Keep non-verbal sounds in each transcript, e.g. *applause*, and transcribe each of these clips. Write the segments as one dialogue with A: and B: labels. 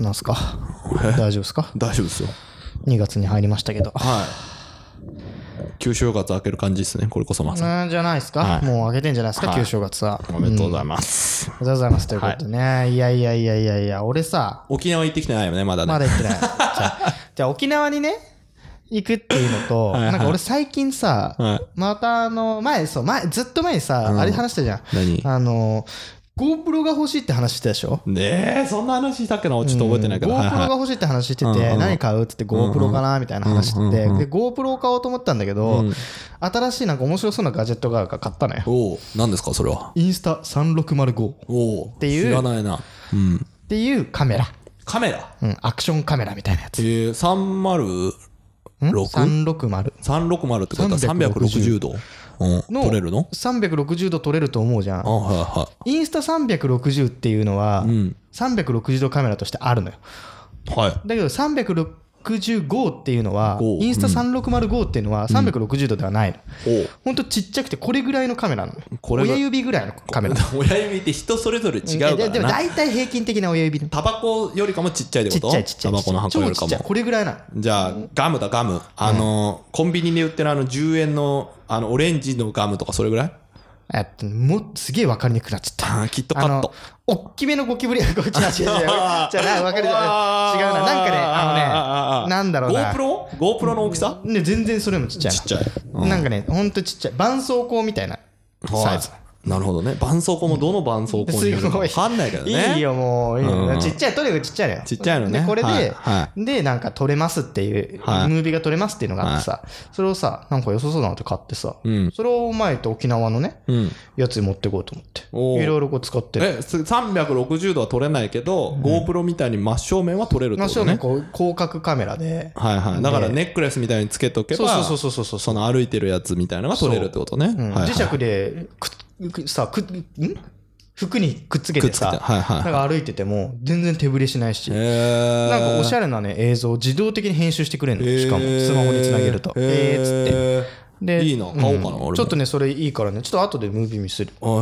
A: なんすか大丈夫ですか
B: 大丈夫ですよ。
A: ?2 月に入りましたけど。
B: はい。旧正月開ける感じですね。これこそまさに。
A: なんじゃないですか、
B: はい
A: もう開けてんじゃないですか、
B: はい
A: 旧正月は。
B: おめでとうご
A: ん
B: ざいます。
A: ありがとうございます。ということでね、い、やいやいやいやいや、俺さ、
B: 沖縄行ってきてないよね、まだね。
A: まだ行ってない。じゃ
B: *laughs*
A: あじゃあ沖縄にね、行くっていうのと、
B: はいはい
A: なんか俺最近さ、
B: はい
A: またあの、前、そう、前、ずっと前にさ、あれ話したじゃん。
B: 何
A: あの、GoPro が欲しいって話してたでしょ
B: ねえ、そんな話したっけなちょっと覚えてないけど。
A: うん
B: はい
A: GoPro が
B: は
A: 欲しいって話してて、
B: うんうん
A: 何買うって言って GoPro かなみたいな話してて、
B: うんうんうん
A: で GoPro を買おうと思ったんだけど、新しいなんか面白そうなガジェットがあるから買ったのよ
B: い。おお、何ですか、それは。
A: インスタ3605っ
B: おお。って
A: いう
B: 知らないな。うん。
A: ていうカメラ、
B: カメラ。
A: うん、アクションカメラみたいなやつ
B: えー、306?
A: ん 360?
B: 360ってことは360
A: 360
B: 度、うん、
A: の
B: 撮れるの
A: 360度撮れると思うじゃ
B: あ
A: ん
B: はいは
A: インスタ360っていうのは、
B: ん
A: 360度カメラとしてあるのよ
B: い。はい。
A: だけど365っていうのは
B: おう
A: インスタ360っていうのは360度ではないの、
B: お
A: ほんとちっちゃくてこれぐらいのカメラなの
B: これが
A: 親指ぐらいのカメラ
B: お *laughs* 親指って人それぞれ違うか
A: ででも
B: らな
A: 大体平均的な親指の
B: タバコよりかもちっちゃいって
A: ちっ
B: こと
A: ちゃいちっちゃい
B: タバコの箱よ
A: 超
B: り
A: ち
B: か
A: っちゃい
B: も
A: これぐらいなの
B: じゃあガムだガムあの、コンビニで売ってるあの10円のあのオレンジのガムとかそれぐらい
A: えっともうすげえ分かりにくくなっちゃった
B: あーキットカット
A: あのおっきめのゴキブリ違う違う違う違うじ
B: *laughs*
A: ゃあ分かる違うななんか
B: わー
A: ねあの
B: あー
A: ねなんだろうな
B: GoPro? GoPro の大きさ、
A: ね全然それよりもちっちゃい
B: ちっちゃい、
A: のなんかねほんとちっちゃい絆創膏みたいなサイズ
B: はいなるほどね絆創膏もどの絆創膏によるか分かんないけどね
A: いいよもういいよ
B: うん
A: ちっちゃいとにかくちっちゃいのよ
B: ちっちゃいのね
A: でこれで、
B: はいは
A: でなんか撮れますっていう、
B: はい
A: ムービーが撮れますっていうのがあってさ、それをさなんか良さそうだなって買ってさ、
B: ん
A: それを前と沖縄のね、
B: うん
A: やつに持ってこうと思って
B: おー
A: いろいろこう使ってる
B: えす360度は撮れないけど、GoPro みたいに真正面は撮れるって
A: 真
B: こと
A: 正
B: ね
A: 面こう広角カメラで
B: はいはいだから
A: で
B: ネックレスみたいにつけとけば
A: そうそうそうそうそう
B: その歩いてるやつみたいなのが撮れるってことね、
A: うん
B: はいはい
A: 磁石でくっくさくん服にくっつけ
B: くってつけて
A: さ
B: はいはい
A: なんか歩いてても全然手ぶれしないし
B: へー
A: なんかおしゃれなね映像を自動的に編集してくれるのしかもスマホにつなげるとえーっつって
B: え
A: で
B: いいな買おうかな俺も
A: ちょっとねそれいいからねちょっと後でムービー見せる
B: はいは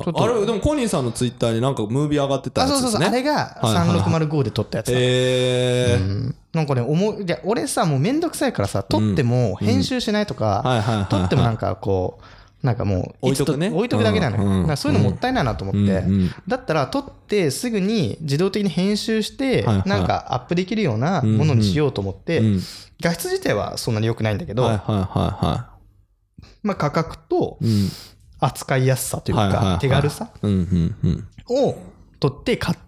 B: い
A: ちょっと
B: はいはいあれでもコニーさんのツイッターになんかムービー上がってた
A: あ
B: やつで
A: そう
B: すね
A: そうそうあれが3605で撮ったやつだ
B: へー
A: なんかね思いで俺さもうめんどくさいからさ撮っても編集しないと
B: はいはいはいは
A: か
B: い
A: 撮ってもなんかこうなんかもう
B: 置いとくね
A: つ置いとくだけなのよ
B: うんうん
A: だからそういうのもったいないなと思って
B: うんうん
A: だったら撮ってすぐに自動的に編集して
B: はいはい
A: なんかアップできるようなものにしようと思って
B: うん
A: 画質自体はそんなに良くないんだけ
B: はいはい
A: ど
B: は
A: まあ価格と
B: いはいうん
A: 扱いやすさという
B: はいはいは
A: か
B: い
A: 手軽さ
B: うんうんうんだか
A: を取って買って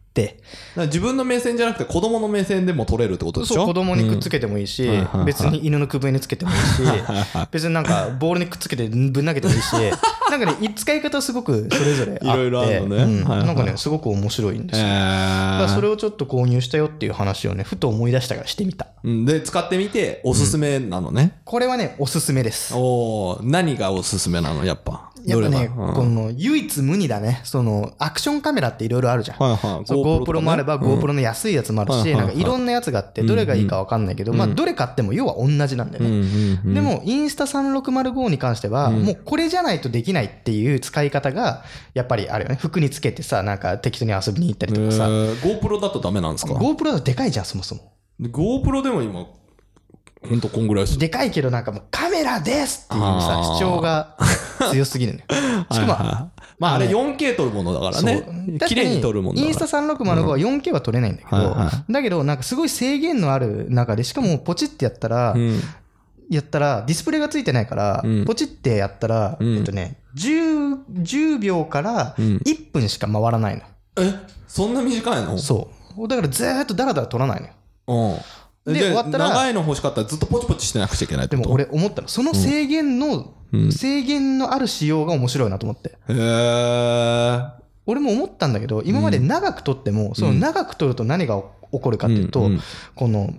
B: ら自分の目線じゃなくて子供の目線でも撮れるってことでしょ
A: そう子供にくっつけてもいいし
B: うんはいはいはい
A: 別に犬の首につけてもいい
B: *laughs*
A: し別になんかボールにくっつけてぶん投げてもいいしなんかね使い方すごくそれぞれあって
B: いろいろあるのね
A: うん
B: はいはい
A: なんかねすごく面白いんですよだから
B: え
A: それをちょっと購入したよっていう話をねふと思い出したからしてみた
B: うんで使ってみておすすめなのね、
A: これはねおすすめです
B: おお何がおすすめなのやっぱ
A: やっぱね
B: どれがうん
A: この唯一無二だねそのアクションカメラっていろいろあるじゃん
B: はいはい
A: そう
B: GoPro とか
A: GoPro もあれば
B: ね
A: GoPro の安いやつもある
B: はい
A: し
B: はい
A: な
B: は
A: ん
B: い
A: かいろんなやつがあってどれがいいか分かんないけどまあどれ買っても要は同じなんだよ
B: うん
A: ね
B: うんうん
A: でもインスタ3605に関してはもうこれじゃないとできないっていう使い方がやっぱりあるよね服につけてさなんか適当に遊びに行ったりとかさ
B: えー GoPro だとダメなんですか
A: GoPro だとでかいじゃんそもそも
B: で GoPro でも今ほんとこんぐらいです
A: でかいけどなんかもうカメラですっていう
B: あ
A: さ
B: ー
A: 主張が強すぎるねしかも
B: も *laughs* まああれ 4K 撮るものだからね
A: そう
B: 綺麗に撮るも
A: 確
B: の
A: か
B: だ
A: にイ
B: から
A: ンスタ365は 4K は撮れないんだけど、
B: はいは
A: だけどなんかすごい制限のある中でしかもポチってやったら、
B: うん
A: やったらディスプレイがついてないから、
B: うん
A: ポチってやったら、
B: うん
A: えっとね 10, 10秒から
B: うん
A: 1分しか回らないの、
B: えそんな短いの
A: そうだからずーっとダラダラ撮らないのよ
B: うん
A: で
B: じゃあ
A: 終わったら
B: 長いの欲しかったらずっとポチポチしてなくちゃいけないって
A: で
B: こ
A: も
B: と
A: 俺思ったのその制限の、
B: うん
A: 制限のある仕様が面白いなと思って
B: へー
A: 俺も思ったんだけど今まで長く撮っても、その長く撮ると何が起こるかっていうと、
B: うんうん
A: この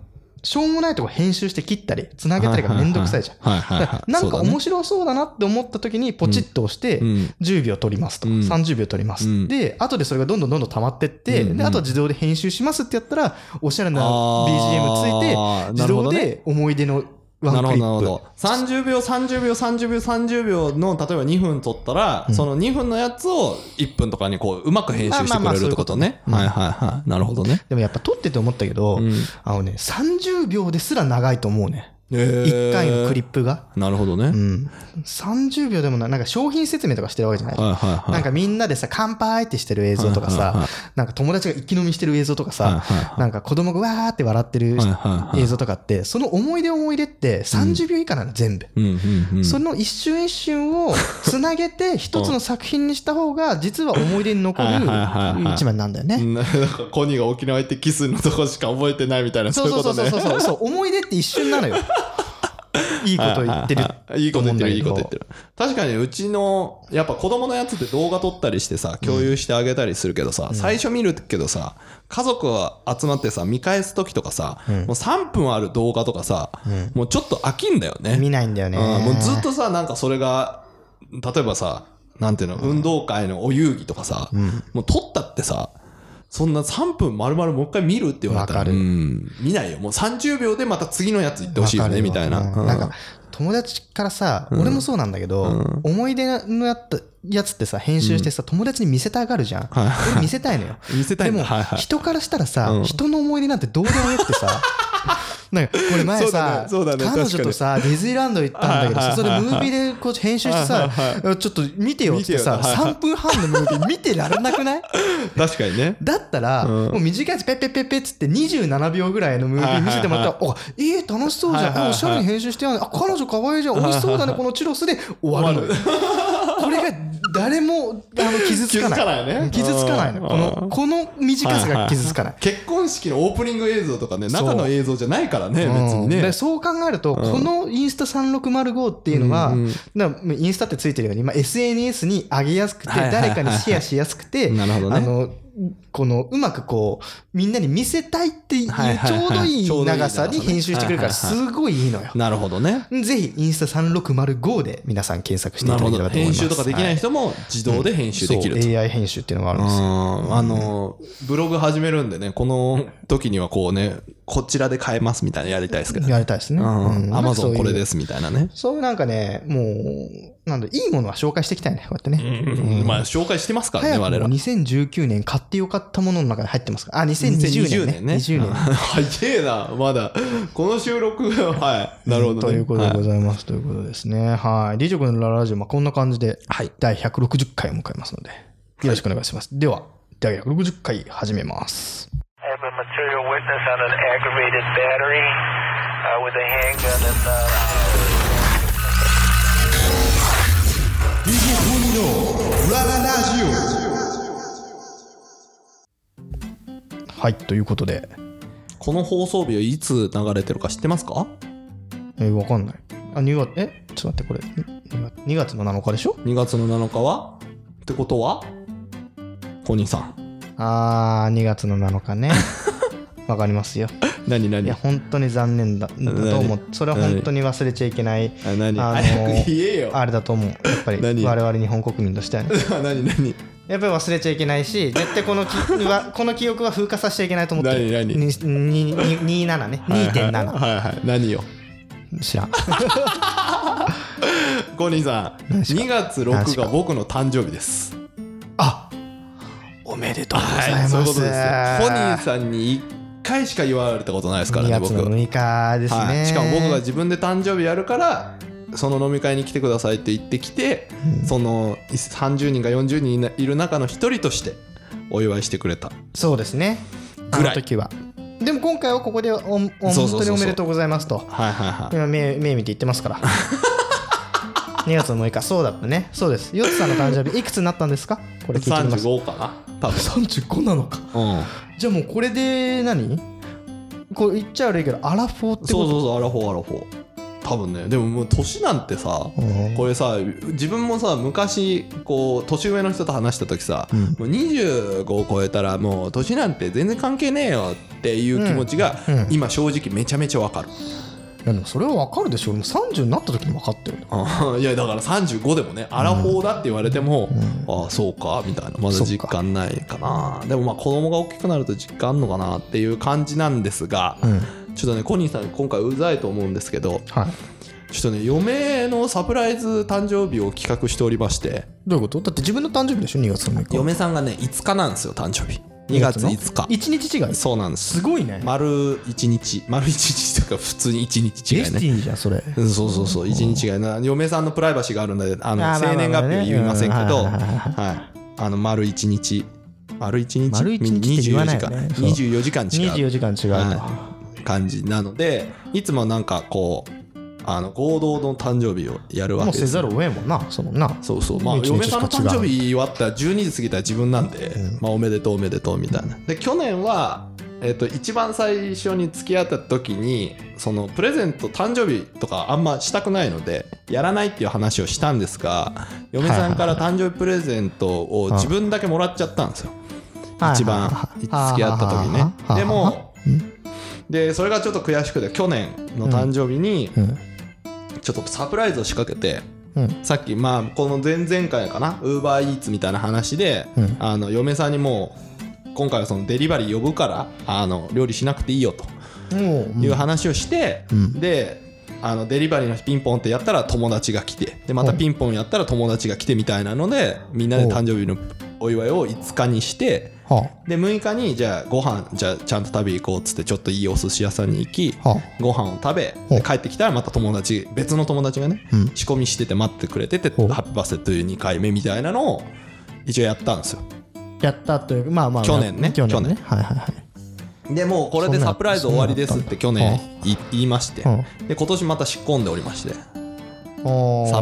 A: しょうもないとこ編集して切ったりつなげたりがめんどくさいじゃん。
B: はいはい
A: だ
B: は
A: か
B: い
A: らなん
B: そ
A: か
B: うだね
A: 面白そうだなって思った時にポチッと押して
B: うん
A: 10秒撮りますと
B: うん
A: 30秒撮りま
B: う
A: す
B: ん
A: で後でそれがどんどんどんどん溜まってって
B: うん
A: であとは自動で編集しますってやったらおしゃれな
B: あー
A: BGM ついて
B: な
A: 自
B: るほ
A: 動
B: どね
A: で思い出のワ
B: な
A: ン
B: る
A: ク
B: ほ
A: リ
B: ど、なる
A: ッ
B: ほ
A: プ。
B: ど。30秒、30秒、30秒、30秒の、例えば2分取ったら、その2分のやつを1分とかにこう、うまく編集してく
A: まあまあまあ
B: れ
A: そ
B: る
A: う
B: っ
A: い
B: て
A: う
B: こ
A: ことと
B: ね。
A: うん
B: はいはいはい。なるほどね。
A: でもやっぱ撮ってて思ったけど、
B: うん
A: あのね、30秒ですら長いと思うね。
B: 1
A: 1回のクリップが。
B: なるほど
A: う
B: ね。
A: ん。30秒でもな、なんか商品説明とかしてるわけじゃない。
B: はいはいは。
A: ないんかみんなでさ、乾杯ってしてる映像とか
B: はいはいはい
A: さ、なんか友達が一気飲みしてる映像とか
B: はい
A: さ、
B: はいは
A: なんか子供がわーって笑ってる
B: いはいはい
A: 映像とかって、その思い出思い出って30秒以下なの、全部。
B: い。うんうんうん。
A: その一瞬一瞬をつなげて一つの作品にした方が実は思い出に残る
B: はいはいはいはい
A: 一枚なんだよね。
B: *laughs* なんかコニーが沖縄行ってキスのとこしか覚えてないみたい *laughs* な
A: そうそうそうそう
B: う
A: そうそう思い出って一瞬なのよ。
B: *laughs*
A: いいこと言ってる
B: はいはいはいいいこと言ってるいいこと言って
A: る。
B: る確かにうちのやっぱ子供のやつって動画撮ったりしてさ共有してあげたりするけどさ、最初見るけどさ家族が集まってさ見返す時とかさ、もう3分ある動画とかさ、もうちょっと飽きんだよね
A: 見ないんだよね。
B: うんもうずっとさなんかそれが例えばさなんていうの、運動会のお遊戯とかさ、もう撮ったってさそんな3分丸々もう一回見るって言われたら
A: わかる
B: うん見ないよもう30秒でまた次のやつ行ってほしいよ
A: わか
B: ね
A: るわ
B: みたいな,、
A: うんなんか友達からさ、俺もそうなんだけど、思い出のやったやつってさ、編集してさ、友達に見せたがるじゃん。
B: はい
A: 俺見せたいのよ。
B: 見せたい
A: で
B: んだ
A: も
B: *laughs* はいはい、
A: 人からしたら
B: う
A: さ
B: ん、
A: 人の思い出なんてどうでもよくて
B: *laughs*
A: さ、なんか俺前さ、
B: そうだねそうだね
A: 彼女とさ、ディズニーランド行ったんだけどさ、
B: は
A: そ
B: い
A: れ
B: はいはい
A: ム
B: はい
A: ービーでこう編集してさ、ちょっと見てよって言ってさ、
B: 見てよはいはい
A: 3分半のムービー見てられなくない
B: 確かにね
A: だったら、
B: うん
A: もう短いやつペッペッペッペッつって27秒ぐらいのムービー見せてもらったら、おえー、楽しそうじ
B: はいはい
A: ゃ
B: は
A: ん。
B: い
A: おしゃれに編集してやん。あ、彼女可愛いじゃん。美味しそうだね、このチュロスで終わるのよ。これが誰もあ
B: *laughs*
A: の傷つかない。
B: 傷つかないね
A: 傷つかない
B: うん
A: の。この、この短さが傷つかない。
B: 結婚式のオープニング映像とかね
A: そう
B: 中の映像じゃないからね別
A: う
B: に
A: んだか
B: ね
A: らそう考えると、このインスタ3605っていうのは、
B: うんうん
A: だからインスタってついてるように、まあ、SNS に上げやすくて、
B: はいはいはいはい
A: 誰かにシェアしやすくて、
B: なるほどね
A: あのこのうまくこうみんなに見せたいっていう、
B: はいはいはい
A: ちょうどいい長さ
B: ち
A: に
B: ょうどいい長さね
A: 編集してくれるから、
B: はいはい
A: すごいいいのよ。
B: なるほどね
A: ぜひインスタ3605で皆さん検索してい
B: な
A: た
B: る
A: だ
B: ほ
A: ければと思いま
B: ど編
A: す。
B: 集とかできない
A: は
B: 人も自動で編集できると、
A: そう AI 編集っていうのがあるんですよ
B: うんあの、ブログ始めるんでね、この時にはこうね、こちらで買えますみたいなやりたいですけどね。
A: やりたいですね。うん
B: アマゾンこれ
A: す
B: ですみたいなね。
A: そういうなんかね、もう、なんだ、いいものは紹介していきたいね、こうやってね。
B: まあ、紹介してますからね、
A: 早
B: 我
A: くも
B: ら。
A: 2019年買ってよかったものの中に入ってますから。あ、2020年ね。20
B: 20
A: 年。
B: *laughs* 早えな、まだ。この収録 *laughs* が、はい。なるほどね。
A: ということで
B: はい
A: ございます。ということですね。はい。リジョ君のララジオ、まあ、こんな感じで、第160回を迎えますので、よろしくお願いします。では、第160回始めます。
C: I have a material witness on an aggravated battery uh, with a handgun and. Uh
D: DJ ラララジオ
A: はい。ということで、
B: この放送日はいつ流れてるか知ってますか
A: えーわかんない。あ、2月、えちょっと待って、これ、2月の7日でしょ
B: ?2 月の7日はってことはコニーさん。
A: あー、2月の7日ね。
B: *laughs*
A: わかりますよ。
B: 何何
A: いや本当に残念だだと思うそれは本当に忘れちゃいけない
B: あ何
A: あの
B: 早く言えよ。
A: あれだと思うやっぱり
B: 何
A: 我々日本国民としてはね
B: *laughs* 何何
A: やっぱり忘れちゃいけないし絶対このき
B: *laughs*
A: はこの記憶は風化させちゃいけないと思ってる
B: 何
A: にに
B: 何
A: に27ね
B: はい
A: 2.7
B: はいはい。何よ。
A: 知らん
B: *laughs* コニーさん、
A: 何ですか
B: 2月6
A: 何で
B: 日
A: すか
B: が僕の誕生日です。
A: あおめでとうござい
B: は
A: ま
B: い、
A: す
B: そういうことですよ。コニーさんに1回しか言われたことないですから
A: 2
B: ね、
A: 月
B: 僕。
A: の6日ですね、
B: はい、しかも僕が自分で誕生日やるから、その飲み会に来てくださいって言ってきて、その30人か40人いないる中の一人としてお祝いしてくれた。
A: そうですねあ
B: ぐ
A: の
B: らい
A: 時はでも今回はここでおお本
B: *laughs* そうそうそ
A: 当
B: うそう
A: におめでとうございますと
B: はいはいはい。
A: 今目目見て言ってますから
B: *laughs*
A: 2月の6日そうだったねそうですヨッツさんの誕生日いくつになったんですかこれ聞いてみます
B: 35かな多分。
A: 35なのか
B: うん、
A: じゃあもうこれで何これ言っちゃ悪いけどアラフォーってこと
B: そうそうそうアラフォーアラフォー多分ねでももう年なんてさ、
A: うん
B: これさ自分もさ昔こう年上の人と話した時さ、もう25を超えたらもう年なんて全然関係ねえよっていう気持ちが、
A: うんうん
B: 今正直めちゃめちゃわかる、
A: いやでもそれは分かるでしょ俺も30になった時に分かってるよ
B: うんいやだから35でもねアラフォーだって言われても、ああそうかみたいなまだ実感ないかなでもまあ子供が大きくなると実感あんのかなっていう感じなんですが、
A: ん
B: ちょっとねコニーさん今回うざいと思うんですけど
A: はい。
B: ちょっとね嫁のサプライズ誕生日を企画しておりまして
A: どういうことだって自分の誕生日でしょ、2月の6日。
B: 嫁さんがね5日なんですよ誕生日2月5日
A: 1日違い。
B: そうなんです
A: すごいね。
B: 丸1日丸1日というか普通に1日違
A: ベ
B: い
A: ス
B: ね
A: ティーじゃん、それ。
B: うんそうそうそう、一日違いな、嫁さんのプライバシーがあるんで、あの
A: あーまあ
B: 生年月日は言いませんけど、
A: まあまあねうん
B: はい、あの丸一日、丸一日、
A: 丸一日って言わないよね
B: 24時間、24時間
A: 24
B: 違う
A: 時間違うと。
B: はい感じなので、いつもなんかこう、あの合同の誕生日をやるわ
A: もう
B: けで
A: せ
B: す。
A: ざるを得んもんな、そのな。
B: そうそう、まあ、
A: 一日しか
B: 嫁さんの誕生日祝ったら12時過ぎたら自分なんで、まあ、おめでとうおめでとうみたいな。で、去年は、えっと、一番最初に付き合った時に、その、プレゼント、誕生日とかあんましたくないので、やらないっていう話をしたんですが、嫁さんから誕生日プレゼントを自分だけもらっちゃったんですよ。一番付き合った時ね。でも、で、それがちょっと悔しくて、去年の誕生日に、
A: うん、
B: ちょっとサプライズを仕掛けて、
A: うん
B: さっき、まあ、この前々回かな、ウーバーイーツみたいな話で、
A: うん
B: あの嫁さんにもう、今回はそのデリバリー呼ぶからあの、料理しなくていいよと
A: もう、
B: いう話をして、
A: ん
B: であの、デリバリーのピンポンってやったら友達が来て、でまた
A: うん
B: ピンポンやったら友達が来てみたいなので、みんなで誕生日のお祝いを5日にして、
A: は
B: で6日にじゃあご飯じゃあちゃんと食べ行こうっつってちょっといいお寿司屋さんに行き、
A: あ、は
B: ご飯を食べ
A: ほう
B: 帰ってきたらまた友達別の友達がね、
A: うん
B: 仕込みしてて待ってくれてて「
A: ほう
B: ハッピーバースデーという2回目みたいなのを一応やったんですよ
A: あ、やったという、まあまあ、
B: 去年ね
A: 去年
B: 去
A: ね
B: 年。
A: はいはいはい。
B: でもうこれ
A: そ
B: で
A: んな
B: サプライズ終わりですって去
A: んなのあ
B: 年
A: ったん
B: い言いまして
A: う
B: で今年また仕込んでおりましてサ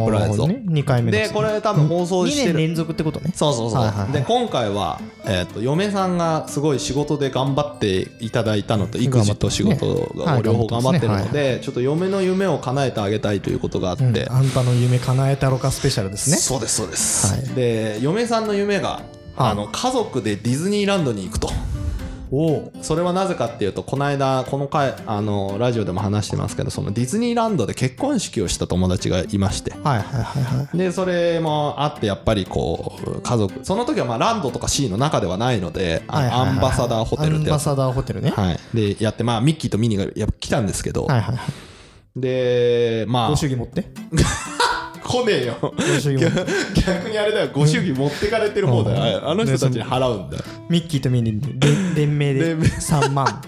A: サ
B: プライズを
A: 2回目
B: でこれ多分放送
A: 2
B: して
A: 年
B: る
A: 連続ってことね。
B: そうそうそう、
A: はいはいはい
B: で今回は、えー、と嫁さんがすごい仕事で頑張っていただいたのと育児と仕事
A: 頑張ってますねは
B: が
A: い
B: 両方頑張ってる
A: 頑張っ
B: の
A: て
B: でちょっと嫁の夢を叶えてあげたいということがあって、
A: うんあんたの夢叶えたろかスペシャルですね。
B: そうですそうです、
A: はい
B: で嫁さんの夢があの家族でディズニーランドに行くと
A: お
B: それはなぜかっていうとこの間この回あのラジオでも話してますけどそのディズニーランドで結婚式をした友達がいまして
A: はいはいはいはい。
B: でそれもあってやっぱりこう家族その時はまあランドとかシーの中ではないのであ
A: はいはいはい
B: アンバサダーホテル
A: アン
B: で
A: バサダーホテルね。はい
B: はい、でやってまあミッキーとミニーがやっぱ来たんですけど、
A: はいはい。
B: でまあ
A: ご祝儀持って。
B: 来ねえよ
A: ご祝儀 *laughs* 持って。
B: 逆にあれだよご祝儀持ってかれてる方だよ、
A: うん
B: ああの人たちに払うんだよ、
A: ミッキーとミニーにで連名で
B: 連名
A: 3万。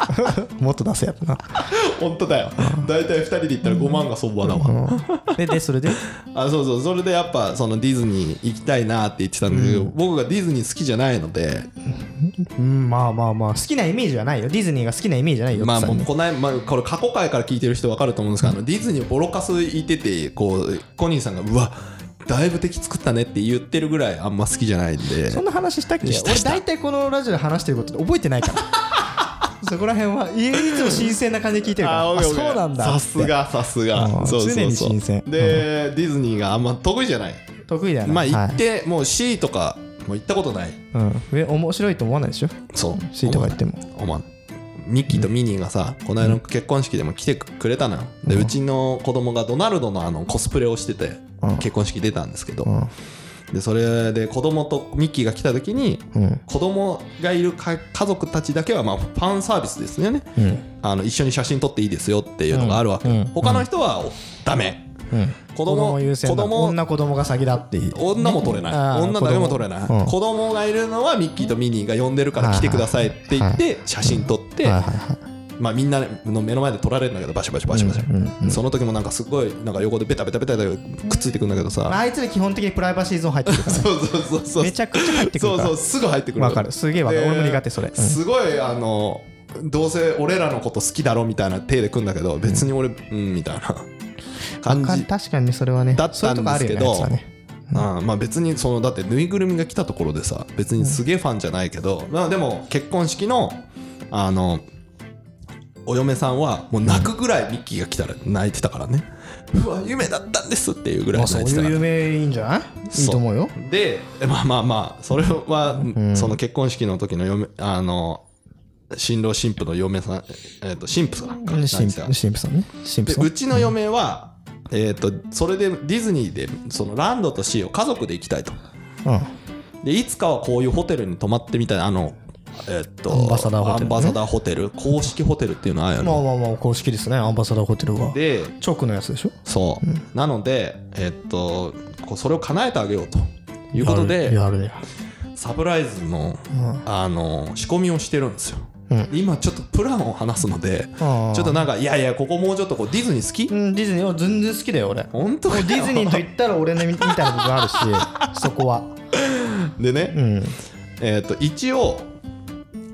A: *laughs* もっと出せやったな。
B: 本当だよ大体2人で行ったら5万が相場だわ、
A: うんで、でそれで
B: あそうそうそれでやっぱそのディズニー行きたいなって言ってたんだけど、僕がディズニー好きじゃないので
A: うん、まあまあまあ、好きなイメージはないよ。ディズニーが好きなイメージじゃないよ。
B: まあ
A: 奥さ
B: も
A: ん
B: う
A: に
B: こない、まあ、これ過去回から聞いてる人分かると思うんですけど、あのディズニーをボロカスいててこうコニーさんがうわだいぶ敵作ったねって言ってるぐらいあんま好きじゃないんで
A: そんな話したっけ
B: したした
A: 俺大体このラジオで話してることって覚えてない
B: *laughs*
A: からそこら辺はいいつも新鮮な感じで聞いてるから
B: あ
A: あ
B: オッケーオッケー
A: そうなんだ
B: さすがさすが
A: うん
B: そうそうそう
A: 常に新鮮
B: で、ディズニーがあんま得意じゃない
A: 得意だよね
B: まあ行っ
A: はい
B: て、もう C とかもう行ったことない
A: うんえ面白いと思わないでしょ
B: そう
A: C とか言っても
B: お前ミッキーとミニーがさ、この間の結婚式でも来てくれたのよでうちの子供がドナルドのあのコスプレをしてて
A: うん
B: 結婚式出たんですけど、
A: うん
B: でそれで子供とミッキーが来た時に
A: うん
B: 子供がいるか家族たちだけはまあファンサービスですよね
A: うん
B: あの一緒に写真撮っていいですよっていうのがあるわけ、
A: うんうん
B: 他の人はおダメ
A: うん
B: 子供
A: 優先だ
B: 子供
A: 女子供が先だっていい
B: 女も取れない、
A: ねあー
B: 女だけも取れない
A: 子供うん
B: 子供がいるのはミッキーとミニーが呼んでるから来てくださいって言って写真撮って、
A: はいはいはい
B: まあ、みんなの目の前で撮られるんだけどバシャバシャバシャバシャ、
A: うんうんうん
B: その時もなんかすごいなんか横でベタベタベタベタくっついてくるんだけどさ、
A: あいつら基本的にプライバシーゾーン入ってくるから
B: *laughs* そうそうそうそう
A: めちゃくちゃ入ってく
B: そ
A: る
B: う
A: から
B: そうすぐ入ってくる
A: わかるすげえわかる
B: で
A: 俺も苦手それうん
B: すごいあのどうせ俺らのこと好きだろみたいな手でくんだけど別に俺うんみたいな感
A: わか
B: じ
A: る確かにねそれはね
B: だったんですけど
A: そういうとこあるよねやつはね
B: うんまあ別にそのだってぬいぐるみが来たところでさ別にすげえファンじゃないけど、まあでも結婚式のあのお嫁さんはもう泣くぐらいミッキーが来たら泣いてたからねうわ夢だったんですっていうぐらい
A: まあ
B: 泣
A: そう
B: いてた
A: い
B: か
A: う
B: ら
A: 夢いいんじゃないいいと思うよ
B: でまあまあまあそれは、その結婚式の時の嫁あの新郎新婦の嫁さん、えっと新婦さんか
A: 神
B: なんですよ
A: 父神父さんね神父
B: で
A: さん
B: うちの嫁は、えっとそれでディズニーでそのランドとシーを家族で行きたいと。
A: うん
B: でいつかはこういうホテルに泊まってみたいなあのえっと
E: アンバサダーホテルね
B: アンバサダーホテル公式ホテルっていうのあるよ
A: まあ
B: ね
A: まあまあ公式ですねアンバサダーホテルは
B: で
A: チョークのやつでしょ
B: そう、なのでえっとこうそれを叶えてあげようということで
A: やるね
B: サプライズの、あの仕込みをしてるんですよ、
A: うん
B: 今ちょっとプランを話すのでちょ
A: あー
B: っとなんかいやいやここもうちょっとこうディズニー好き、
A: うんディズニーは全然好きだよ俺も
B: 本当か
A: う
B: よ
A: ディズニーと言ったら俺ねみみたいなとこがある
B: *laughs*
A: しそこは
B: でね、
A: うん
B: えっ、と一応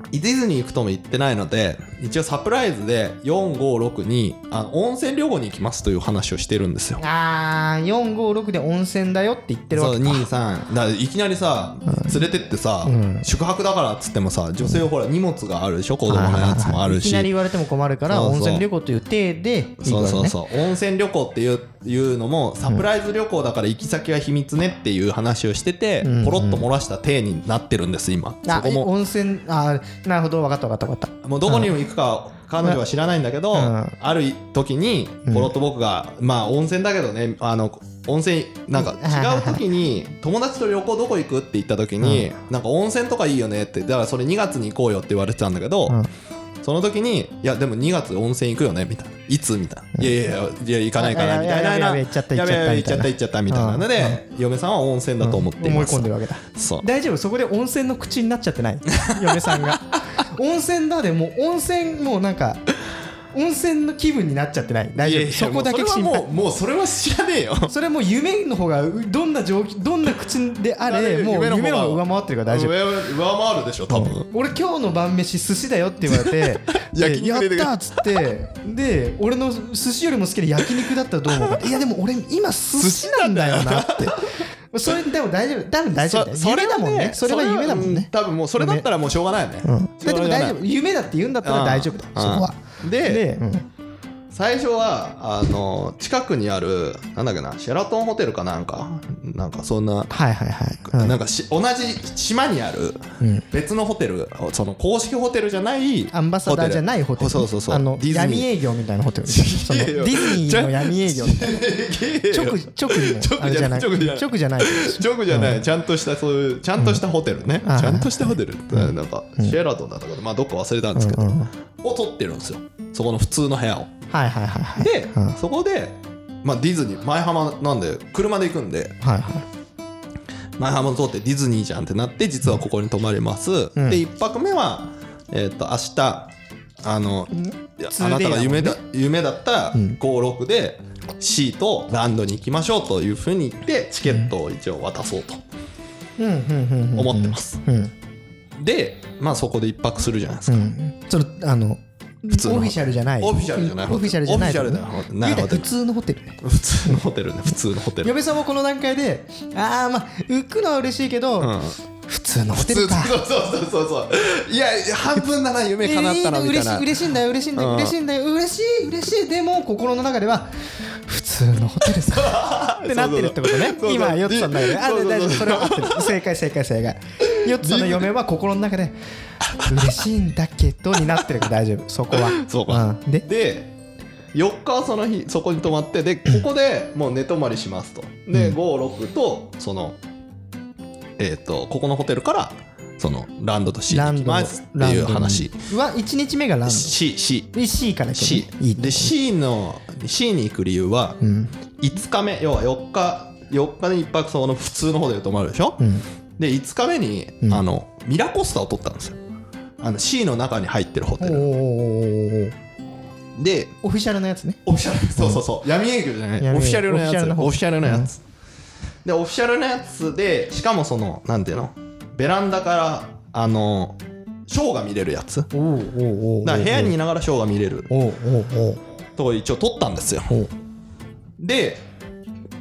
B: ディズニー行くとも言ってないので一応サプライズで4562にあの温泉旅行に行きますという話をしてるんですよ
A: あー456で温泉だよって言ってるわ
B: そう
A: けか
B: 23だからいきなりさ連れてってさ、
A: ん
B: 宿泊だからっつってもさ女性ほら荷物があるでしょ子供のやつもある
A: い
B: し
A: きなり言われても困るから
B: そうそう
A: 温泉旅行という体でいいことだ
B: そ
A: よ
B: う
A: ね
B: そうそう温泉旅行っていういうのもサプライズ旅行だから行き先は秘密ねっていう話をしてて、
A: ん
B: ポロッと漏らした体になってるんです今そ
A: あ
B: こも
A: 温泉あーなるほど分かった分かった分かった
B: もうどこにも行くか彼女は知らないんだけど、
A: うん
B: ある時にポロッと僕が、まあ温泉だけどねあの温泉なんか違う時に友達と旅行どこ行くって言った時に、なんか温泉とかいいよねってだからそれ2月に行こうよって言われてたんだけど、
A: ん
B: その時に「いやでも2月温泉行くよね」みたいな「いつ?」みたいな「いやいやいやいや行かないかな」
A: あ
B: みたいな
A: やべやべやべ行っちゃった
B: やべやべ
A: 行
B: 行
A: っ
B: っ
A: ち
B: ち
A: ゃっ
B: ゃったた行っちゃった」みたいなので嫁さんは温泉だと思ってい
A: 思い
B: ます
A: 込んでるわけだ
B: そう
A: 大丈夫そこで温泉の口になっちゃって *laughs* ない嫁さんが温泉だでもう温泉もうなんか温泉の気分になっちゃってない大
B: い
A: 丈
B: や
A: 夫
B: いや
A: そこだけ
B: もうそ
A: 心
B: れは
A: 配
B: もうもうそれは知らねえよ
A: それもう夢の方がうどんな状況どんな口であれもう夢の方が上回ってるから大丈夫
B: 上上回るでしょ多分
A: 俺今日の晩飯寿司だよって言われ *laughs* てで
B: 焼肉
A: やっ
B: 出てくる
A: たっつってで俺の寿司よりも好きで焼肉だったらどう思うかっていやでも俺今寿司なんだよなってそれでも大丈夫多分大丈夫だよ
B: そ
A: 夢だもんねそれは夢だもん
B: う
A: ね
B: 多分もうそれだったらもうしょうがないよね、
A: うんででも大丈夫夢だって言うんだったら大丈夫だよ
B: うん
A: そこは
B: で
A: でうん
B: 最初はあの近くにあるなんだっけなシェラトンホテルかなんかなんかそんな
A: はいはいはいうん
B: なんかし同じ島にある別のホテル、その公式ホテルじゃない
A: アンバサダーじゃないホテル
B: そうそうそう
A: あの
B: ディズニー
A: 闇
B: *laughs*
A: 営業みたいなホテルそのディズニーの闇営業みたいな直直のあれじゃない
B: 直じゃない
A: 直じゃない
B: ジョグじゃない、ちゃんとしたそういうちゃんとしたホテルね、
A: はい
B: ちゃんとしたホテルってなんかシェラトンだったかなまあどっか忘れたんですけど、を取ってるんですよそこの普通の部屋を
A: はいはいはいはい
B: で、
A: うん
B: そこで、まあ、ディズニー前浜なんで車で行くんで
A: はいはい
B: 前浜通ってディズニーじゃんってなって実はここに泊まります、
A: ん
B: で1泊目はえっ、と明日あのいや
A: ツ
B: あ
A: ー
B: な
A: デ
B: た
A: イだもんね
B: が夢だ夢だった56で C とランドに行きましょうというふうに言ってチケットを一応渡そうと
A: うんうんうんうん
B: 思ってます、
A: うん
B: でまあそこで1泊するじゃないです
A: う
B: か、
A: んそのあの
B: 通の
A: オフィシャルじゃない
B: オフィシャルじゃない
A: オフィシャルじゃない
B: オフィシャルじゃない
A: 言うたら普通のホテルね
B: 普通のホテルね普通のホテル
A: 嫁さんもこの段階でああまあ浮くのは嬉しいけど、
B: うん
A: 普通のホテ
B: そう
A: ルか
B: そうそうそうそういや半分だな夢叶ったなみたい
A: えー嬉
B: な
A: しい嬉しいんだよ嬉しいんだよ、
B: うん
A: 嬉しいんだよ嬉しい嬉しいでも心の中では普通のホテルさ *laughs* ってなってるってことね
B: そうそう
A: 今ヨッツさんだよねあ
B: そうそう
A: 大丈夫それは合ってる正解正解正解ヨッツさんの嫁は心の中で嬉しいんだけどになってるから大丈夫そこは
B: そうか、
A: うんで
B: で4日はその日そこに泊まってでここでもう寝泊まりしますとで56とそのえっ、とここのホテルからそのランドと C に
A: ラ
B: 行
A: ン
B: き
A: ド
B: ますっていう話
A: は1日目がラン
B: C C
A: ド C から行く
B: C
A: いい
B: で C の C に行く理由は
A: うん
B: 5日目要は4日4日に1泊その普通のホテル泊まるでしょ、
A: うん
B: で5日目に、
A: うん
B: あのミラコスタを取ったんですよあの C の中に入ってるホ
A: お
B: テ
A: ーおー
B: ル
A: おーおー
B: で
A: オフィシャルのやつね
B: オフィシャル *laughs* そうそうそう闇営業じゃない
A: 闇営業
B: オフィシャルのや
A: オフィシャル
B: つ
A: の方
B: オフィシャルのやつでオフィシャルのやつでしかもそのなんていうのベランダからあのショーが見れるやつだか
A: おおおお
B: ら部屋にいながらショーが見れる
A: おおお
B: とこ一応取ったんですよ
A: おお
B: で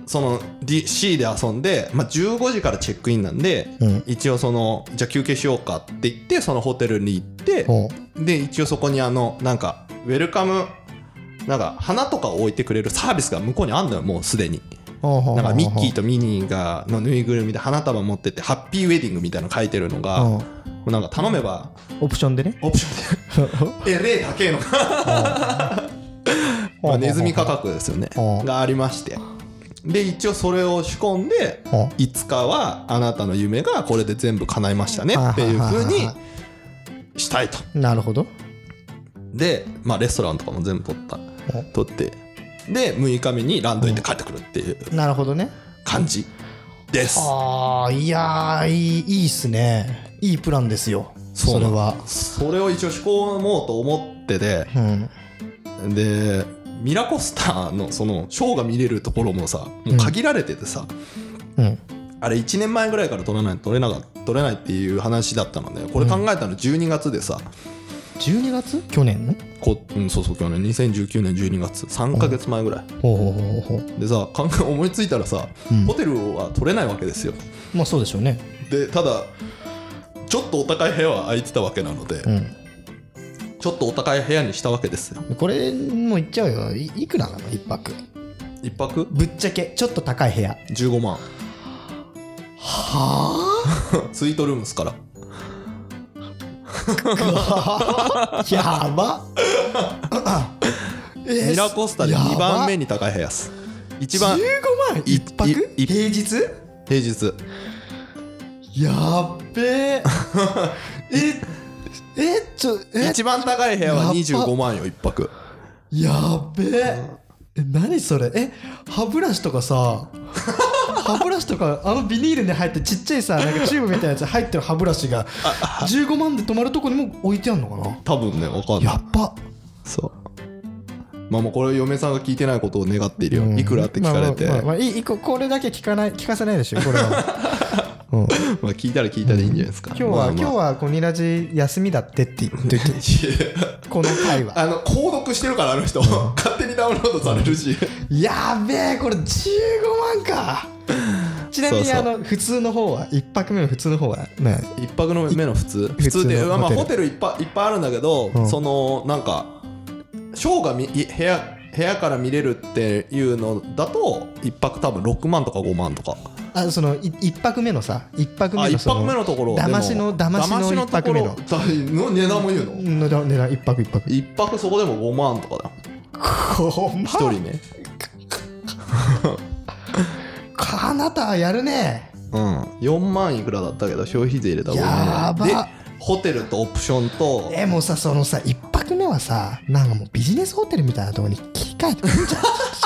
B: その D- C で遊んで、まあ、15時からチェックインなんで、
A: うん
B: 一応そのじゃあ休憩しようかって言ってそのホテルに行って
A: お
B: で一応そこにあのなんかウェルカムなんか花とかを置いてくれるサービスが向こうにあんのよもうすでに
A: お
B: なんかミッキー
A: と
B: とミニーがのぬいぐるみで花束持ってってハッピーウェディングみたいなの書いてるのがなんか頼めば
A: オプションでね
B: オプションでえ例高えの *laughs* まあネズミ価格ですよね
A: うん
B: がありましてで一応それを仕込んで
A: うん
B: 5日はあなたの夢がこれで全部叶いましたねっていうふう
A: はいはい
B: に
A: はい
B: したいと
A: なるほど。
B: で、まあ、レストランとかも全部取った
A: お
B: 取ってで6日目にランド行って帰ってくるっていう
A: なるほどね。
B: 感じです
A: ああ、いやー、いい、いいっすね。いいプランですよ。そ
B: そう
A: れ
B: なん
A: は。
B: それを一応仕込もうと思ってて
A: うん。
B: でミラコスターのそのショーが見れるところもさもう限られててさ、
A: うん。
B: あれ1年前ぐらいから撮れない撮れなか撮れないっていう話だったのでこれ考えたの12月でさ、
A: 12月去年の
B: こうん、そうそう去年2019年12月3ヶ月前ぐらい、
A: ほうほうほうほう。
B: でさ考え *laughs* 思いついたらさ、
A: うん
B: ホテルは取れないわけですよ
A: まあそうでしょうね。
B: でただちょっとお高い部屋は空いてたわけなので、
A: うん。
B: ちょっとお高い部屋にしたわけですよ
A: これ、もう言っちゃうよ。いいくらなの一泊。
B: 一泊
A: ぶっちゃけ、ちょっと高い部屋。
B: 15万
A: は
B: スイートルームスから
A: あ *laughs* や
B: *laughs*
A: ばえー
B: ミラコスタで
A: やば
B: 2番目に高い部屋っす一番
A: 15万一泊
B: いい
A: 平日
B: 平日
A: やっべ
B: *laughs*
A: えええちょえ
B: 一番高い部屋
A: や
B: は
A: ば
B: 25万よ一泊
A: やっべええ何それえ歯ブラシとか
B: *laughs*
A: さ歯ブラシとかあのビニールに入ってちっちゃいさなんかチューブみたいなやつ入ってる歯ブラシが15万で止まるとこにも置いてあんのかな
B: 多分ねわかんな
A: や
B: い
A: っば
B: そうまあもうこれ嫁さんが聞いてないことを願っているよ、
A: うん
B: いくらって聞かれて、
A: ま
B: ま
A: あ
B: あ
A: まあまあまあいいいいここれだけ聞かない聞かせないでしょこれは、
B: *laughs*
A: うん
B: 聞いたら聞いたでいいんじゃないですか、
A: 今日は、
B: まあまあ
A: 今日はこニラジ休みだってって言
B: *laughs*
A: っててこの回は
B: あの購読してるからあの人勝手にダウンロードされるし
A: やべえこれ15万
B: *laughs*
A: かちなみに
B: そうそう
A: あの普通の方は一泊目の普通の方はね
B: 一泊の目の普通普通で
A: 普通の
B: まあ、
A: ホ
B: ホ
A: テ
B: テルいっぱいいっぱいあるんだけど、
A: ん
B: そのなんかショーがみい部屋部屋から見れるっていうのだと一泊多分6万とか5万とか
A: あそのい一泊目のさ一泊
B: あ
A: 目の
B: 一
A: その
B: 泊目のところ
A: だましのだましの一泊目の
B: だましのところだ値段も言うの、
A: のだ値段一泊一泊
B: 一泊そこでも5万とかだよ
A: 5
B: 一人ね
A: あなたはやるね
B: うん4万いくらだったけど消費税入れたら5
A: やば
B: 万でホテルとオプションと
A: えもうさそのさ一泊目はさなんかもうビジネスホテルみたいなところに切り替えてくんじ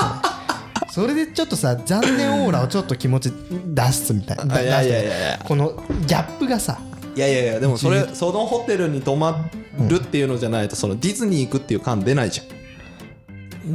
A: ゃんそれでちょっとさ残念オーラをちょっと気持ち出すみたいな
B: あいやいやい
A: 出す
B: やいや
A: このギャップがさ
B: いやいやいやでもそれ
A: 一
B: そのホテルに泊まるっていうのじゃないとそのディズニー行くっていう感出ないじゃん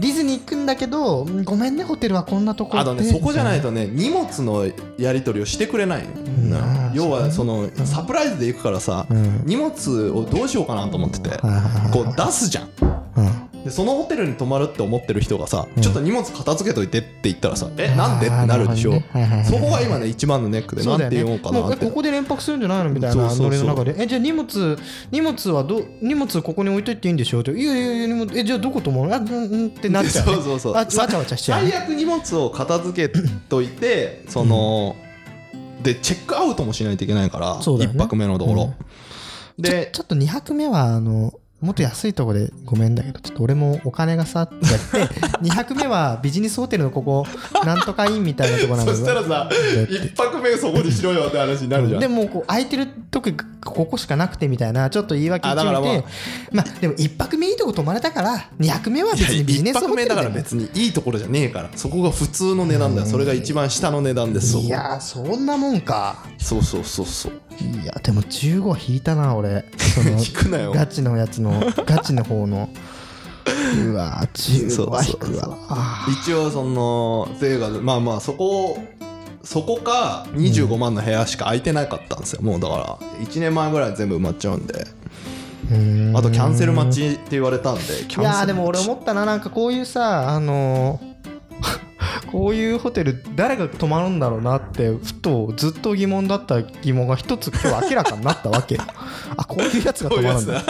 A: ディズニー行くんだけどごめんねホテルはこんなとこ
B: あとねそこじゃないいとね荷物のやり取りをしてくれないの
A: ん
B: 要はそのサプライズで行くからさ
A: ん
B: 荷物をどうしようかなと思ってて
A: はい
B: こう出すじゃん
A: うん
B: でそのホテルに泊まるって思ってる人がさちょっと荷物片付けといてって言ったらさえなんでってなるでし
A: あーな
B: ょ
A: るほどねはいはいはい
B: そこが今ね一番のネックで
A: そ
B: な
A: うんだよ
B: て
A: ね
B: 言おうかな
A: もう
B: っ
A: えこ
B: て
A: こで連泊するんじゃないのみたいな
B: そうそ
A: ノ
B: う
A: リ
B: そう
A: の中で「えじゃあ荷物荷物はど荷物ここに置いといていいんでしょ?」って「いやいやいや荷物えじゃあどこ泊まるあうんうん」ってなっちゃうね、
B: そうそうそう
A: あわちゃわちゃしちゃうね
B: 最悪荷物を片付けといてその、でチェックアウトもしないといけないから、
A: そうだよね
B: 1泊目のところ、で
A: ちょっと2泊目はあのもっと安いとこでごめんだけどちょっと俺もお金がさってやって2泊目はビジネスホテルのここなんとかいいみたいなとこなんだ
B: そ
A: け
B: した
A: ど
B: らさ
A: だって
B: 1泊目そこにしろよって話になるじゃん
A: でもうこう空いてる時ここしかなくてみたいなちょっと言い訳し
B: あ
A: とい
B: だ
A: て
B: から
A: まあでも1泊目いいとこ泊まれたから2泊目は別にビジ
B: 1
A: ネス
B: 泊
A: ホテ
B: 目
A: ル
B: だ
A: で
B: か
A: も
B: ら別にいいところじゃねえからそこが普通の値段だよそれが一番下の値段ですそこ
A: いやーそんなもんか
B: そうそうそうそう
A: いやでも15引いたな俺その
B: *laughs* 引くなよ
A: ガチのやつのガチの方のうわー15は引く
B: そうそうそう
A: わあ
B: 一応その税がまあまあそこをそこか25万の部屋しか空いてなかったんですよ、もうだから1年前ぐらい全部埋まっちゃうんで
A: ーうーん
B: あとキャンセル待ちって言われたんでキャンセル
A: い
B: 待
A: や
B: ち
A: ーでも俺思ったななんかこういうさあのー *laughs* こういうホテル誰が泊まるんだろうなってふとずっと疑問だった疑問が一つ今日明らかになったわ
B: *laughs*
A: けよあこういうやつが
B: こう
A: 泊
B: いう
A: ま
B: や
A: るん
B: つ
A: だ
B: だ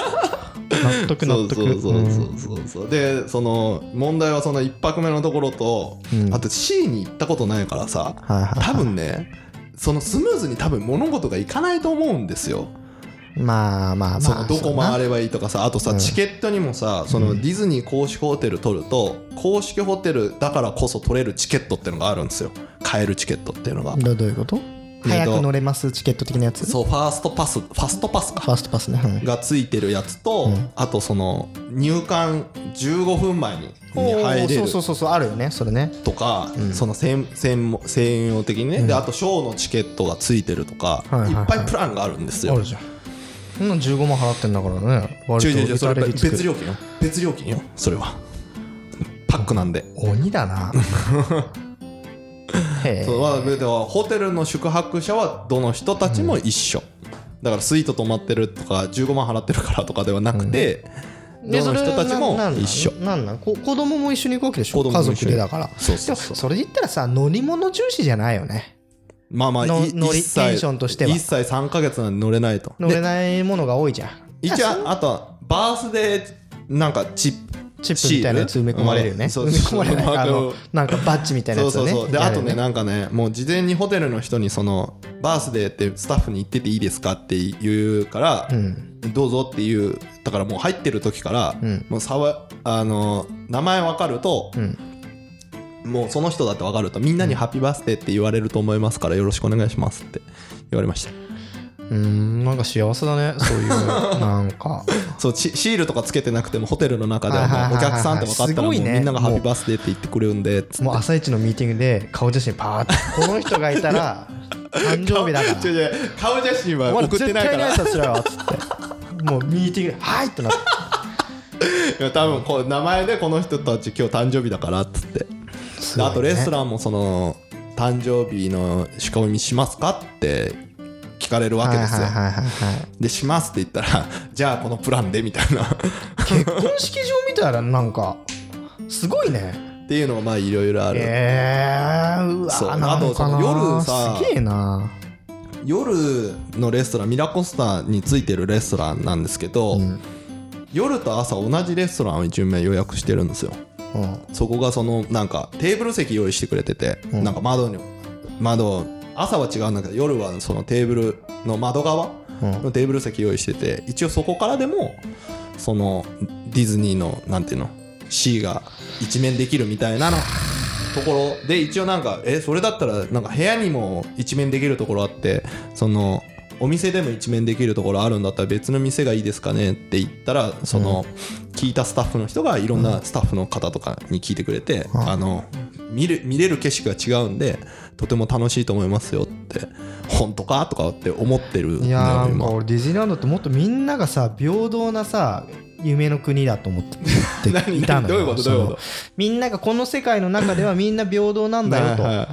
A: 納得
B: そ
A: 納
B: う
A: 得
B: そうそううんそうそうそうでその問題はその1泊目のところと、
A: うん
B: あと C に行ったことないからさ
A: はいはい
B: 多分ねそのスムーズに多分物事がいかないと思うんですよ、
A: まあまあまあ
B: そのどこ回
A: れ
B: ればいいとかさあとさ、
A: うん
B: チケットにもさそのディズニー公式ホテル取ると公式ホテルだからこそ取れるチケットってのがあるんですよ買えるチケットっていうのが
A: どどういうこと
B: えー
A: 早
B: と
A: く乗れますチケット的なやつ
B: そうファーストパスファストパス
A: ファ
B: か
A: ーストパスね、うん
B: がついてるやつと、あとその入館15分前にに入れ
A: そ
B: る
A: うそうそうそうあるよねそれね
B: とか、その専専門専用的にね、であとショーのチケットがついてるとか、
A: はいはいいはい
B: っぱいプランがあるんですよ。
A: あるじゃんそんなん15万払ってんだからね
B: 違う
A: 割と
B: 違う違うそれ
A: 至れり尽く
B: 別料金よ別料金よそれはパックなんで。
A: 鬼だな *laughs* へえ
B: そうまあでもホテルの宿泊者はどの人たちも一緒、だからスイート泊まってるとか15万払ってるからとかではなくて、
A: で
B: どの人たち
A: それな
B: も
A: なんなん
B: 一緒
A: なんなんこ子供も一緒に行くわけでし
B: 子
A: ょ
B: 供も
A: 家
B: 一緒に
A: 族でだから
B: そうそうそう
A: でもそれで言ったらさ乗り物重視じゃないよね
B: まあまあ
A: の
B: い
A: 乗り
B: 一歳
A: テンションとしては
B: 一歳3ヶ月なんで乗れないと
A: 乗れ
B: で
A: ないものが多いじゃん
B: 一応あとはバースデーなんかチップ
A: チップみたいなやつ埋め込まれるよね
B: シー
A: 埋
B: ル
A: め
B: ねそう
A: 込まれない
B: そう
A: あのなんかバッジみたいな
B: そ
A: や
B: う
A: つ
B: そ
A: をね
B: うそうであとね
A: やるよ
B: なんかねもう事前にホテルの人にそのバースデーってスタッフに行ってていいですかって言うから、
A: うん
B: どうぞっていうだからもう入ってる時から、
A: うん
B: もうさわあの名前分かると、
A: うん
B: もうその人だって分かるとみんなに「ハッピーバースデー」って言われると思いますからよろしくお願いしますって言われました
A: うーんなんか幸せだね
B: *laughs*
A: そういうなんか
B: そうシシールとかつけてなくてもホテルの中で
A: は
B: は
A: いはいはい
B: もうお
A: はい
B: 客さんって分かったら
A: す
B: もう
A: ご
B: み
A: いね
B: んなが「ハッピーバースデー」って言ってくれるんでつって
A: もう朝一のミーティングで顔写真パーってこの人がいたら誕生日だから
B: 違う違う顔写真は
A: お前ら
B: 送ってないから
A: 絶対に挨拶しろよっつってもうミーティングで「はい!」ってなって
B: *laughs* いや多分こう名前でこの人たち今日誕生日だからっつって、
A: す
B: で
A: ごい
B: あ
A: ね
B: とレストランもその誕生日の仕込みしますかって聞かれるわけですよ、
A: はいはいはいはいはい
B: でしますって言ったら *laughs* じゃあこのプランでみたいな *laughs* っ
A: 結婚式場みたいななんかすごいね
B: ていうのがまあいろいろある、
A: えー、うわ
B: そう
A: な
B: あと
A: んかな
B: その夜さ
A: すげえな
B: 夜のレストランミラコスタについてるレストランなんですけど、
A: うん
B: 夜と朝同じレストランを一応予約してるんですよ
A: うん
B: そこがそのなんかテーブル席用意してくれてて、
A: うん
B: なんか窓に窓朝は違うんだけど夜はそのテーブルの窓側
A: うん
B: のテーブル席用意してて一応そこからでもそのディズニーのなんていうの C が一面できるみたいなのところで一応なんかえそれだったらなんか部屋にも一面できるところあってそのお店でも一面できるところあるんだったら別の店がいいですかねって言ったらその聞いたスタッフの人がいろんなスタッフの方とかに聞いてくれて
A: うん
B: あの見る見れる景色が違うんでとても楽しいと思いますよって本当かとかって思ってるんだ
A: いやー
B: よ
A: なんか
B: 今。
A: 俺ディズニーランドってもっとみんながさ平等なさ夢の国だと思って
B: *laughs* 何
A: いたのよ
B: どういうことどういうこと
A: そのみんながこの世界の中ではみんな平等なんだよと、
B: *laughs* はいはい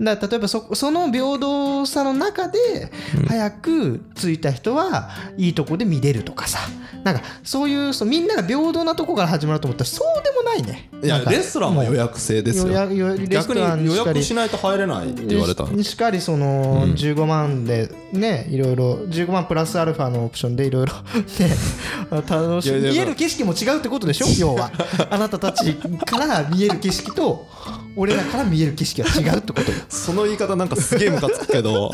A: だから例えばそその平等さの中で早く着いた人はいいとこで見れるとかさなんかそういうそうみんなが平等なとこから始まると思ったらそうでもないね
B: いや
A: なんか
B: レストランも予約制です
A: 予
B: よ
A: 約予約レス
B: 逆
A: トラン
B: に予
A: しかり
B: 約しないと入れないって言われた
A: *laughs*
B: の
A: ししかりその15万でねいろいろ15万プラスアルファのオプションでいろい *laughs* ろね楽し
B: いやいや
A: 見える景色も違うってことでしょ要はあなたたちから見える景色と俺らから見える景色は違うって
B: *laughs*
A: ことよ
B: その言い方なんかすげえムカつく
A: *laughs*
B: けど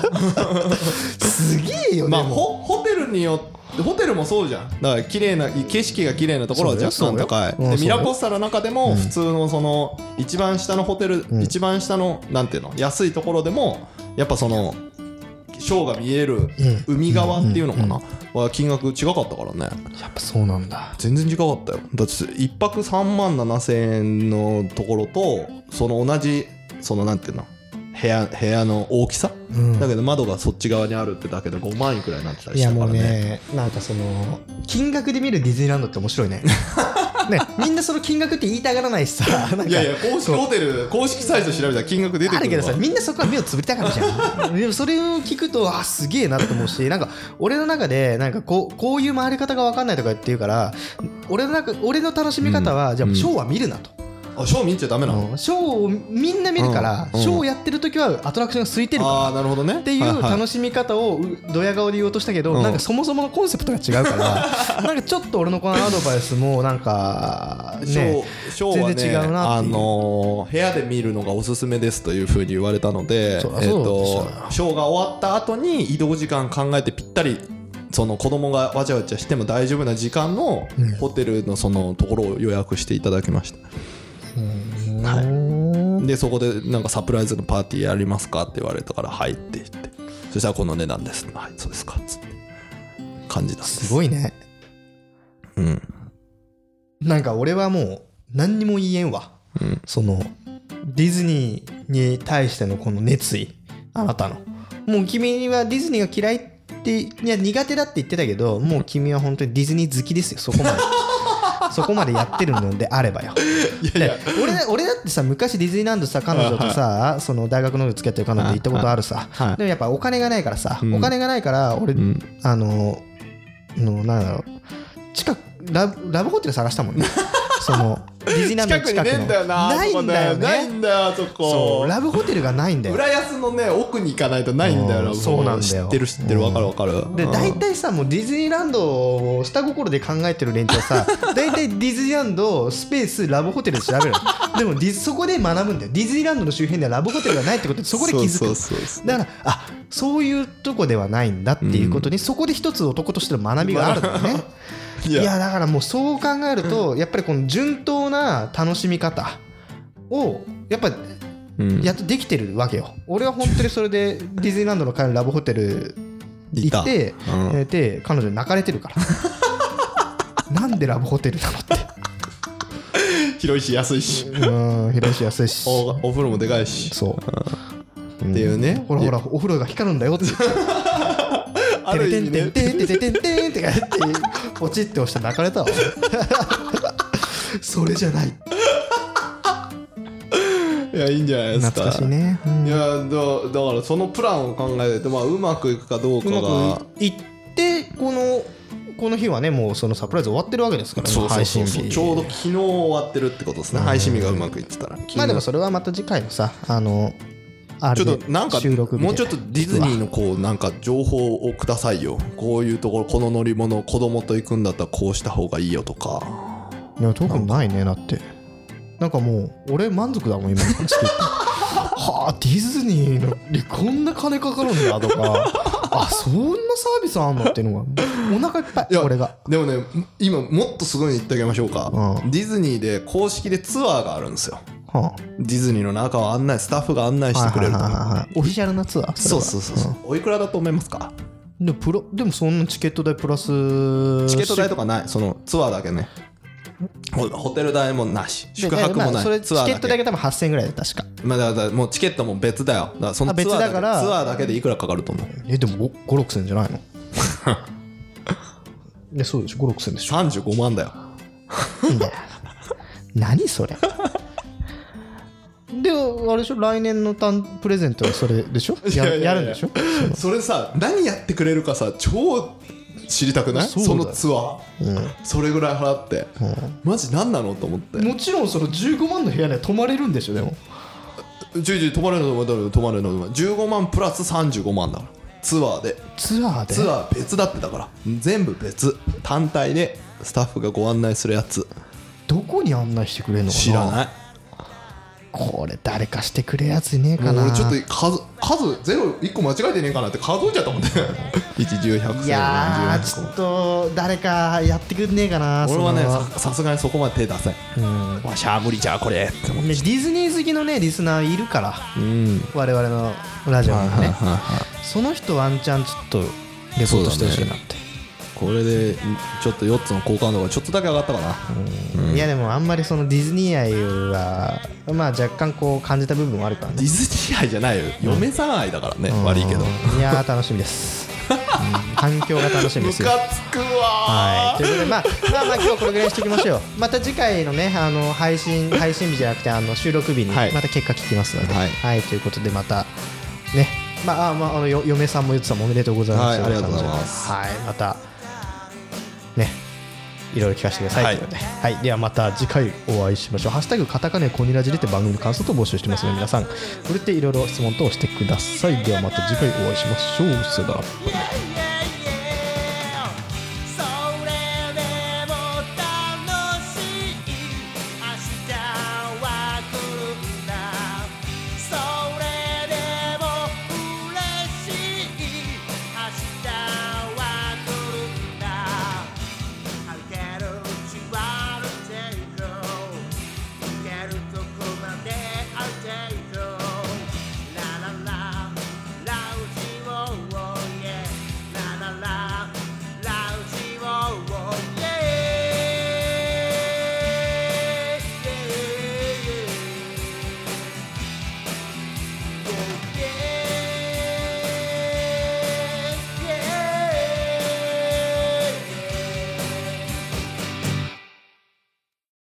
A: すげえよ
B: まあ
A: でも
B: ホホテルによってホテルもそうじゃんだから綺麗な景色が綺麗なところは若
A: そ
B: 干
A: うだよ
B: 高い
A: そうだようん
B: でミラ
A: そうだよ
B: コスタの中でも普通のその一番下のホテル、一番下のなんていうの安いところでもやっぱそのショーが見える海側っていうのかな、は金額違かったからね
A: やっぱそうなんだ
B: 全然違かったよだって1泊3万7千円のところとその同じそのなんていうの部屋部屋の大きさ、だけど窓がそっち側にあるってだけで5万いくらいになってたり
A: い
B: し
A: や
B: た
A: も
B: から
A: う
B: ね
A: ねなんかその金額で見るディズニーランドって面白い
B: *laughs*
A: ねねみんなその金額って言いたがらないしさなんか
B: いやいや公式ホテル公式サイト調べたら金額出て
A: あ
B: く
A: るけ
B: るわ
A: どさみんなそこは目をつぶりたがるじ
B: *laughs*
A: ゃんでもそれを聞くとあすげえなって思うしなんか俺の中でなんかこうこういう回り方が分かんないとか言ってるから俺の中俺の楽しみ方は、じゃあショーは見るなと、
B: あショー見ちゃダメなの、
A: ショーをみんな見るから、
B: うんうん
A: ショーをやってる時はアトラクションが空いてるから
B: ああなるほどね
A: っていう
B: はいは
A: 楽しみ方をうドヤ顔で言おうとしたけど、
B: うん
A: なんかそもそものコンセプトが違う
B: *laughs*
A: からなんかちょっと俺のこのアドバイスもなんか
B: ショ
A: ね
B: ーショーはね
A: 全然違うな
B: あ
A: っていう
B: のー部屋で見るのがおすすめですというふうに言われたので、えっ
A: そり
B: と
A: ゃそう
B: ショーが終わった後に移動時間考えてぴったりその子供がわちゃわちゃしても大丈夫な時間のホテルのそのところを予約していただきました、
A: うーん
B: でそこでなんかサプライズのパーティーやりますかって言われたから「はい」って言ってそしたらこの値段ですはいそうですかつって感じなんです
A: すごいね
B: うん
A: なんか俺はもう何にも言えんわ、
B: うん
A: そのディズニーに対してのこの熱意あなたのもう君はディズニーが嫌いっていや苦手だって言ってたけどもう君は本当にディズニー好きですよそこま
B: *laughs*
A: でそこまでやってるのであればよ
B: いやいや
A: 俺だ俺だってさ昔ディズニーランドさ彼女とさ、
B: *laughs*
A: その大学の付き合ってる彼女と行ったことあるさ、
B: はい
A: でもやっぱお金がないからさ、
B: うん
A: お金がないから俺、
B: ん
A: あののなんだろう近くラブラブホテル探したもん
B: *laughs*
A: ねそのディズニーランドの
B: 近くに
A: 近く
B: ね
A: の
B: えんだよな
A: ないんだよ
B: あそこな
A: ね
B: いんだよあそ
A: そ
B: こ
A: うラブホテルがないんだよ
B: 浦安のね奥に行かないとないんだよ
A: う
B: なん
A: そうなんだよ
B: 知ってる知ってるわかるわかる
A: で
B: うん
A: 大体さもうディズニーランドを下心で考えてる連中は
B: *laughs*
A: さ大体ディズニーランドスペースラブホテルで調べるのでもディズそこで学ぶんだよディズニーランドの周辺ではラブホテルがないってことでそこで気づく
B: そ
A: の
B: うそうそうそう
A: だからあそういうとこではないんだっていうことに、そこで一つ男としての学びがあるんだよねい
B: い
A: や
B: や
A: だからもうそう考えるとやっぱりこの順当な楽しみ方をやっぱ
B: うん
A: やっとできてるわけよ俺は本当にそれでディズニーランドの帰るラブホテル
B: い
A: 行
B: た
A: って、
B: うん
A: えーで彼女に泣かれてるからなんでラブホテルなのって
B: 広いし安いし
A: うん広いし安いし
B: おお風呂もでかいし
A: そう、
B: っていうね
A: ほらほらお風呂が光るんだよって
B: あ
A: *laughs* てれ
B: る
A: て
B: 意
A: ん
B: 味
A: て
B: ね
A: んてんてんてんてんってやってポチって押して泣かれたわそれじゃない
B: いやいいんじゃないですか
A: 懐かしいね、うん
B: いやだだからそのプランを考えて、まあ、うまくいくかどうか
A: う
B: が
A: まくいってこのこの日はねもうそのサプライズ終わってるわけですから、ね、
B: そうそう
A: 配信
B: そうそう
A: 日
B: ちょうど昨日終わってるってことですね配信日がうまくいってたら
A: まあでもそれはまた次回のさあのあ
B: ち
A: れ
B: ょ
A: で
B: っとなんか
A: 収録日で
B: もうちょっとディズニーのこうなんか情報をくださいよこういうところこの乗り物子供と行くんだったらこうした方がいいよとか
A: いや特にないねだってなんかもう俺満足だもん今の *laughs* 話聞いてはあディズニーのにこんな金かかるんだとかあそんなサービスあんのっていうのがお腹いっぱい
B: いや
A: 俺が
B: でもね今もっとすごいの言ってあげましょうか、
A: うん
B: ディズニーで公式でツアーがあるんですよ
A: は
B: ディズニーの中を案内スタッフが案内
A: あ
B: してくれると
A: はいはいはいはいオフィシャルなツアーれ
B: そう
A: は
B: そうそうそう、おいくらだと思いますか
A: うんでもプロでもそんなチケット代プラス
B: チケット代とかないそのツアーだけねほホテル代もなし宿泊も
A: ま
B: な
A: あそれ
B: い
A: チ
B: ツア
A: ケ
B: ー
A: ッ
B: だ
A: ト代
B: け
A: が多分8000円ぐらいで確か
B: まあだからもうチケットも別だよだからその
A: あ
B: ツア
A: 別
B: ーだ
A: だ
B: け
A: から
B: ツアーだけでいくらかかると思う
A: えでも56000円じゃ
B: *laughs*
A: ないのいやそうでしょ56000円でしょ
B: *laughs* 35万だよ
A: みたいな何それであれでしょ来年のたんプレゼントはそれでしょ
B: い
A: や
B: やいやいや
A: やるんでしょ
B: それさ何やってくれるかさ超知りたくない
A: そ
B: そう
A: だよ
B: のツアー、それぐらい払って、マジ何なのと思って
A: もちろんその15万の部屋で泊まれるんでしょでも
B: ちょいちょい泊まれるの泊まれるの15万プラス35万だからツアーで
A: ツアーで
B: ツアー別だってだから全部別単体でスタッフがご案内するやつ
A: どこに案内してくれるのかな
B: 知らないい
A: これ誰かしてくれるやついねえか
B: もう
A: な
B: 俺ちょっと数数ゼロ1個間違えてねえかなって数えちゃったもんね110100100
A: いやーちょっと誰かやってくんねえかな
B: 俺はね
A: その
B: ささすがにそこまで手出せん
A: うん
B: わしゃあ無理じゃあこれって思っ
A: ねデ
B: て
A: ィズニー好きのねリスナーいるから
B: うん
A: 我々のラジオにもね
B: はいはい
A: その人ワンチャンちょっとレポートしてほしいなって
B: これでちょっと4つの好感度がちょっとだけ上がったかない
A: やでもあんまりそのディズニー愛はまあ若干こう感じた部分はあるから
B: ディ
A: ね
B: ズニー愛じゃないよ嫁さん愛だからね悪いけど
A: いやー楽しみ
B: *laughs*
A: です、うん反響が楽しみで
B: ム
A: すよ
B: カつく
A: は
B: わ
A: い、ということで、まあ、まあまあ今日これぐらいにしておきましょう *laughs* また次回のねあの配
B: *laughs*
A: 信配信日じゃなくてあの収録日に
B: はい
A: また結果聞きますので、は
B: はいい
A: ということでまたねまああ,、まあ、あのよ嫁さんも言ってたもんおめでとうございます、
B: はいありがとうございます
A: はいまたねいろいろ聞かせてくださいということで、はいではまた次回お会いしましょう「ハッシュタグカタカネコニラジで」って番組の感想と募集してますので皆さんこれっていろいろ質問等をしてくださいではまた次回お会いしましょうさよなら
E: Yeah.